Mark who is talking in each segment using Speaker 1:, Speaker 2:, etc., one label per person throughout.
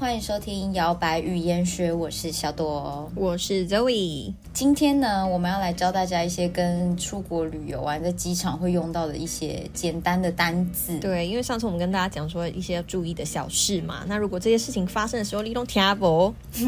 Speaker 1: 欢迎收听《摇摆与烟学》，我是小朵。
Speaker 2: 我是 Zoe。
Speaker 1: 今天呢，我们要来教大家一些跟出国旅游啊，在机场会用到的一些简单的单字。
Speaker 2: 对，因为上次我们跟大家讲说一些要注意的小事嘛，那如果这些事情发生的时候，你都听不，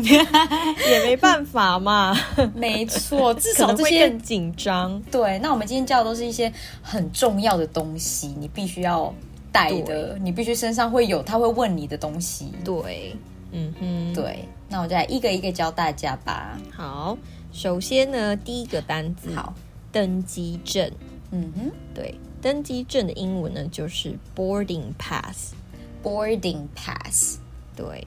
Speaker 2: 也没办法嘛，
Speaker 1: 没 错， 至
Speaker 2: 可
Speaker 1: 少
Speaker 2: 能
Speaker 1: 这
Speaker 2: 会
Speaker 1: 些
Speaker 2: 更紧张。
Speaker 1: 对。那我们今天教的都是一些很重要的东西，你必须要带的，你必须身上会有，他会问你的东西。
Speaker 2: 对，嗯哼，，
Speaker 1: 对，那我就来一个一个教大家吧。
Speaker 2: 好，首先呢，第一个单字，
Speaker 1: 好，
Speaker 2: 登机证。
Speaker 1: 嗯哼
Speaker 2: 对，登机证的英文呢就是 boarding pass。
Speaker 1: ，boarding pass。
Speaker 2: 对，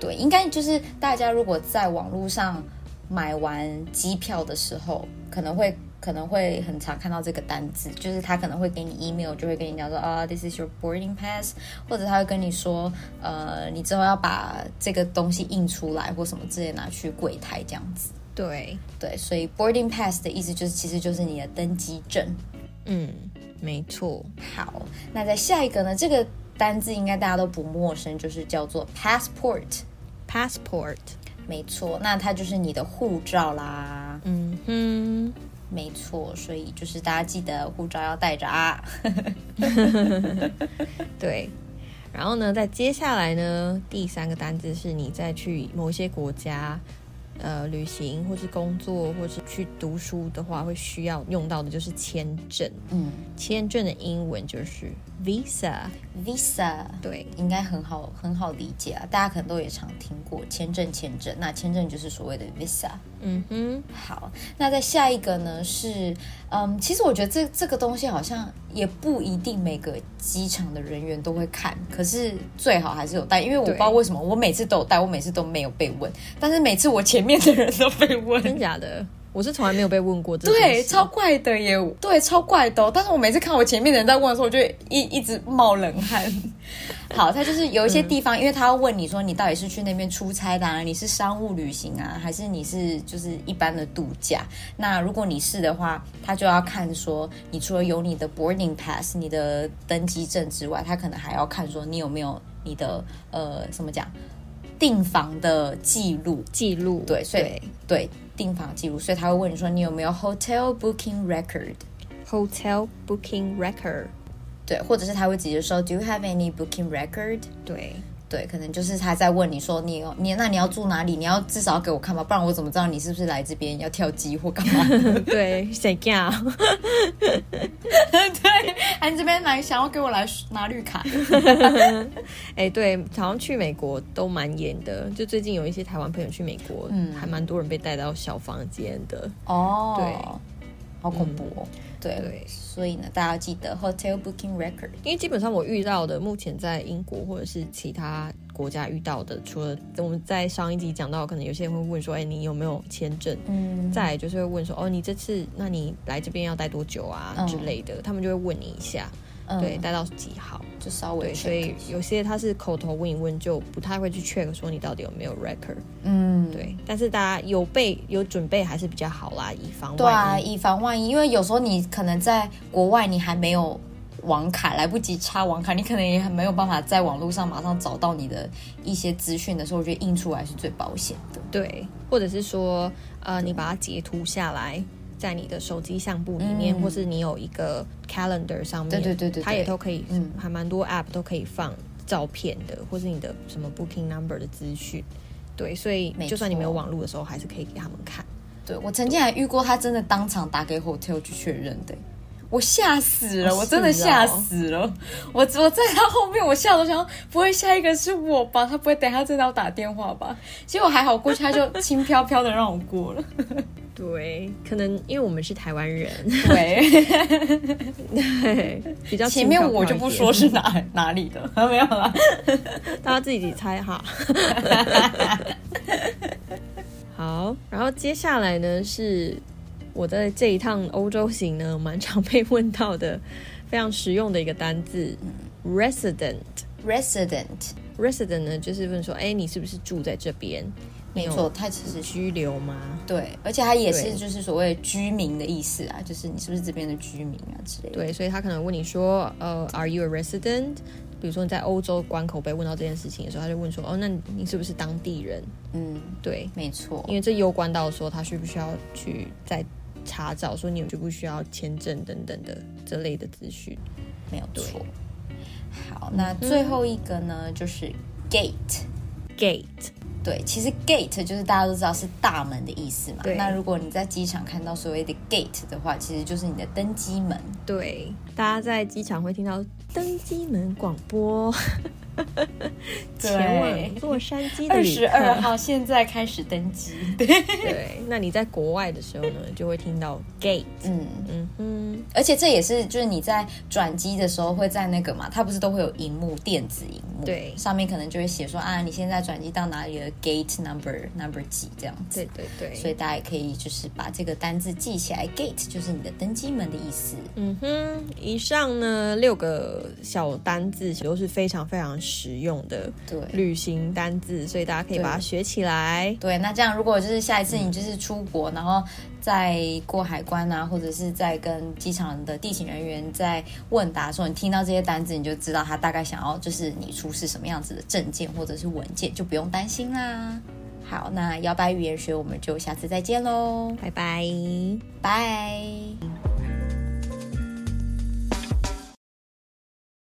Speaker 1: 对，应该就是大家如果在网络上买完机票的时候，可能会可能会很常看到这个单字，就是他可能会给你 email，就会跟你讲说啊、t h i s is your boarding pass，或者他会跟你说，呃，你之后要把这个东西印出来或什么之类拿去柜台这样子。
Speaker 2: 对，
Speaker 1: 对，所以 boarding pass 的意思就是，其实就是你的登机证。
Speaker 2: 嗯，没错。
Speaker 1: 好，那在下一个呢？这个单字应该大家都不陌生，就是叫做 passport。
Speaker 2: passport。
Speaker 1: 没错，那它就是你的护照啦。
Speaker 2: 嗯哼。
Speaker 1: 没错，所以就是大家记得护照要带着啊。
Speaker 2: 对，然后呢，再接下来呢，第三个单字是你在去某一些国家呃旅行，或是工作，或是去读书的话，会需要用到的就是签证。
Speaker 1: 嗯
Speaker 2: 签证的英文就是 visa。
Speaker 1: ，Visa
Speaker 2: 对，
Speaker 1: 应该很好很好理解啊，大家可能都也常听过签证签证，那签证就是所谓的 Visa。
Speaker 2: 嗯哼，
Speaker 1: 好，那在下一个呢是，嗯，其实我觉得这这个东西好像也不一定每个机场的人员都会看，可是最好还是有带，因为我不
Speaker 2: 对
Speaker 1: 知道为什么我每次都有带，我每次都没有被问，但是每次我前面的人都被问。
Speaker 2: 真假的？我是从来没有被问过这件
Speaker 1: 对，
Speaker 2: 事
Speaker 1: 超怪的耶，对，超怪的哦、但是我每次看我前面的人在问的时候，我就一一直冒冷 汗。好，他就是有一些地方，因为他要问你说你到底是去那边出差的、啊，你是商务旅行啊，还是你是就是一般的度假？那如果你是的话，他就要看说你除了有你的 boarding pass、你的登机证之外，他可能还要看说你有没有你的呃怎么讲订房的记录。
Speaker 2: 记录。
Speaker 1: 对，所以对订房记录，所以他会问你说你有没有 hotel booking record，
Speaker 2: hotel booking record。
Speaker 1: 对，或者是他会直接说 Do you have any booking record？
Speaker 2: 对，
Speaker 1: 对，可能就是他在问你说你有你那你要住哪里？你要至少要给我看吧，不然我怎么知道你是不是来这边要跳机或干嘛？
Speaker 2: 对，谁呀？
Speaker 1: 对，啊，你这边来想要给我来拿绿卡？
Speaker 2: 哎、对，好像去美国都蛮严的。就最近有一些台湾朋友去美国，
Speaker 1: 嗯
Speaker 2: 还蛮多人被带到小房间的。
Speaker 1: 哦，
Speaker 2: 对，
Speaker 1: 好恐怖哦。对，
Speaker 2: 对
Speaker 1: 所以呢，大家要记得 hotel booking record。
Speaker 2: 因为基本上我遇到的，目前在英国或者是其他国家遇到的，除了我们在上一集讲到，可能有些人会问说，哎、你有没有签证？
Speaker 1: 嗯，
Speaker 2: 再来就是会问说，哦，你这次，那你来这边要待多久啊、
Speaker 1: 嗯
Speaker 2: 之类的，他们就会问你一下，
Speaker 1: 嗯
Speaker 2: 对，，待到几号？
Speaker 1: 就稍微
Speaker 2: 对，所
Speaker 1: check
Speaker 2: 以有些他是口头问一问，就不太会去 check 说你到底有没有 record。
Speaker 1: 嗯，
Speaker 2: 对，但是大家有备有准备还是比较好啦，以防
Speaker 1: 对啊，
Speaker 2: 万一。
Speaker 1: 以防万一，因为有时候你可能在国外，你还没有网卡，来不及插网卡，你可能也没有办法在网络上马上找到你的一些资讯的时候，我觉得印出来是最保险的。
Speaker 2: 对，或者是说，呃，你把它截图下来，在你的手机相簿里面，
Speaker 1: 嗯
Speaker 2: 或是你有一个 calendar 上面，
Speaker 1: 对对对对对
Speaker 2: 它也都可以，
Speaker 1: 嗯
Speaker 2: 还蛮多 app 都可以放照片的，或是你的什么 booking number 的资讯。对，所以
Speaker 1: 没
Speaker 2: 就算你没有
Speaker 1: 错
Speaker 2: 网络的时候，还是可以给他们看。
Speaker 1: 对我曾经还遇过他真的当场打给 hotel 去确认的、我吓死了，
Speaker 2: 哦
Speaker 1: 我真的
Speaker 2: 是哦
Speaker 1: 吓死了，我我在他后面，我吓得我想说不会下一个是我吧？他不会等一下真的要打电话吧？结果还好过去，他就轻飘飘的让我过了。
Speaker 2: 对，可能因为我们是台湾人，
Speaker 1: 对。
Speaker 2: 对，比较
Speaker 1: 前
Speaker 2: 轻
Speaker 1: 面
Speaker 2: 飘
Speaker 1: 我
Speaker 2: 飘
Speaker 1: 就
Speaker 2: 一
Speaker 1: 不
Speaker 2: 点
Speaker 1: 说，是哪哪里的， 没有啦。
Speaker 2: 大家自己猜哈。好，然后接下来呢是我在这一趟欧洲行呢，蛮常被问到的，非常实用的一个单字、r e s i d e n t
Speaker 1: Resident，
Speaker 2: resident 呢就是问说，哎，你是不是住在这边？你
Speaker 1: 没
Speaker 2: 有
Speaker 1: 错，它其实是
Speaker 2: 居留吗？
Speaker 1: 对，而且它也是
Speaker 2: 对
Speaker 1: 就是所谓居民的意思啊，就是你是不是这边的居民啊之类的。
Speaker 2: 对，所以他可能问你说，呃，Are you a resident？比如说你在欧洲关口被问到这件事情的时候，他就问说：“哦，那你你是不是当地人
Speaker 1: 嗯，？”
Speaker 2: 对，
Speaker 1: 没错
Speaker 2: 因，为这攸关到说他需不需要去再查找说你有需不需要签证等等的这类的资讯。
Speaker 1: 没有错。好，那最后一个呢，就是 gate。
Speaker 2: Gate，
Speaker 1: 对，其实 gate 就是大家都知道是大门的意思嘛
Speaker 2: 对。
Speaker 1: 那如果你在机场看到所谓的 gate 的话，其实就是你的登机门。
Speaker 2: 对，大家在机场会听到登机门广播，
Speaker 1: 对
Speaker 2: 前往洛杉矶的
Speaker 1: 二
Speaker 2: 旅客
Speaker 1: 十二号 现在开始登机。对，
Speaker 2: 对，那你在国外的时候呢，就会听到 gate。
Speaker 1: 嗯。
Speaker 2: 嗯哼，
Speaker 1: 而且这也是，就是你在转机的时候会在那个嘛，它不是都会有荧幕，电子荧幕，
Speaker 2: 对
Speaker 1: 上面可能就会写说啊，你现在转机到哪里了，gate number number 几这样子。
Speaker 2: 对对对，
Speaker 1: 所以大家也可以就是把这个单字记起来，gate 就是你的登机门的意思。
Speaker 2: 嗯哼，以上呢六个小单字都是非常非常实用的
Speaker 1: 对
Speaker 2: 旅行单字，所以大家可以把它
Speaker 1: 对
Speaker 2: 学起来。
Speaker 1: 对，那这样如果就是下一次你就是出国，然后在过海关啊，或者是在跟机场的地勤人员在问答的时候，你听到这些单字，你就知道他大概想要就是你出示什么样子的证件或者是文件，就不用担心啦。好，那摇摆语言学我们就下次再见喽，
Speaker 2: 拜拜。
Speaker 1: 拜。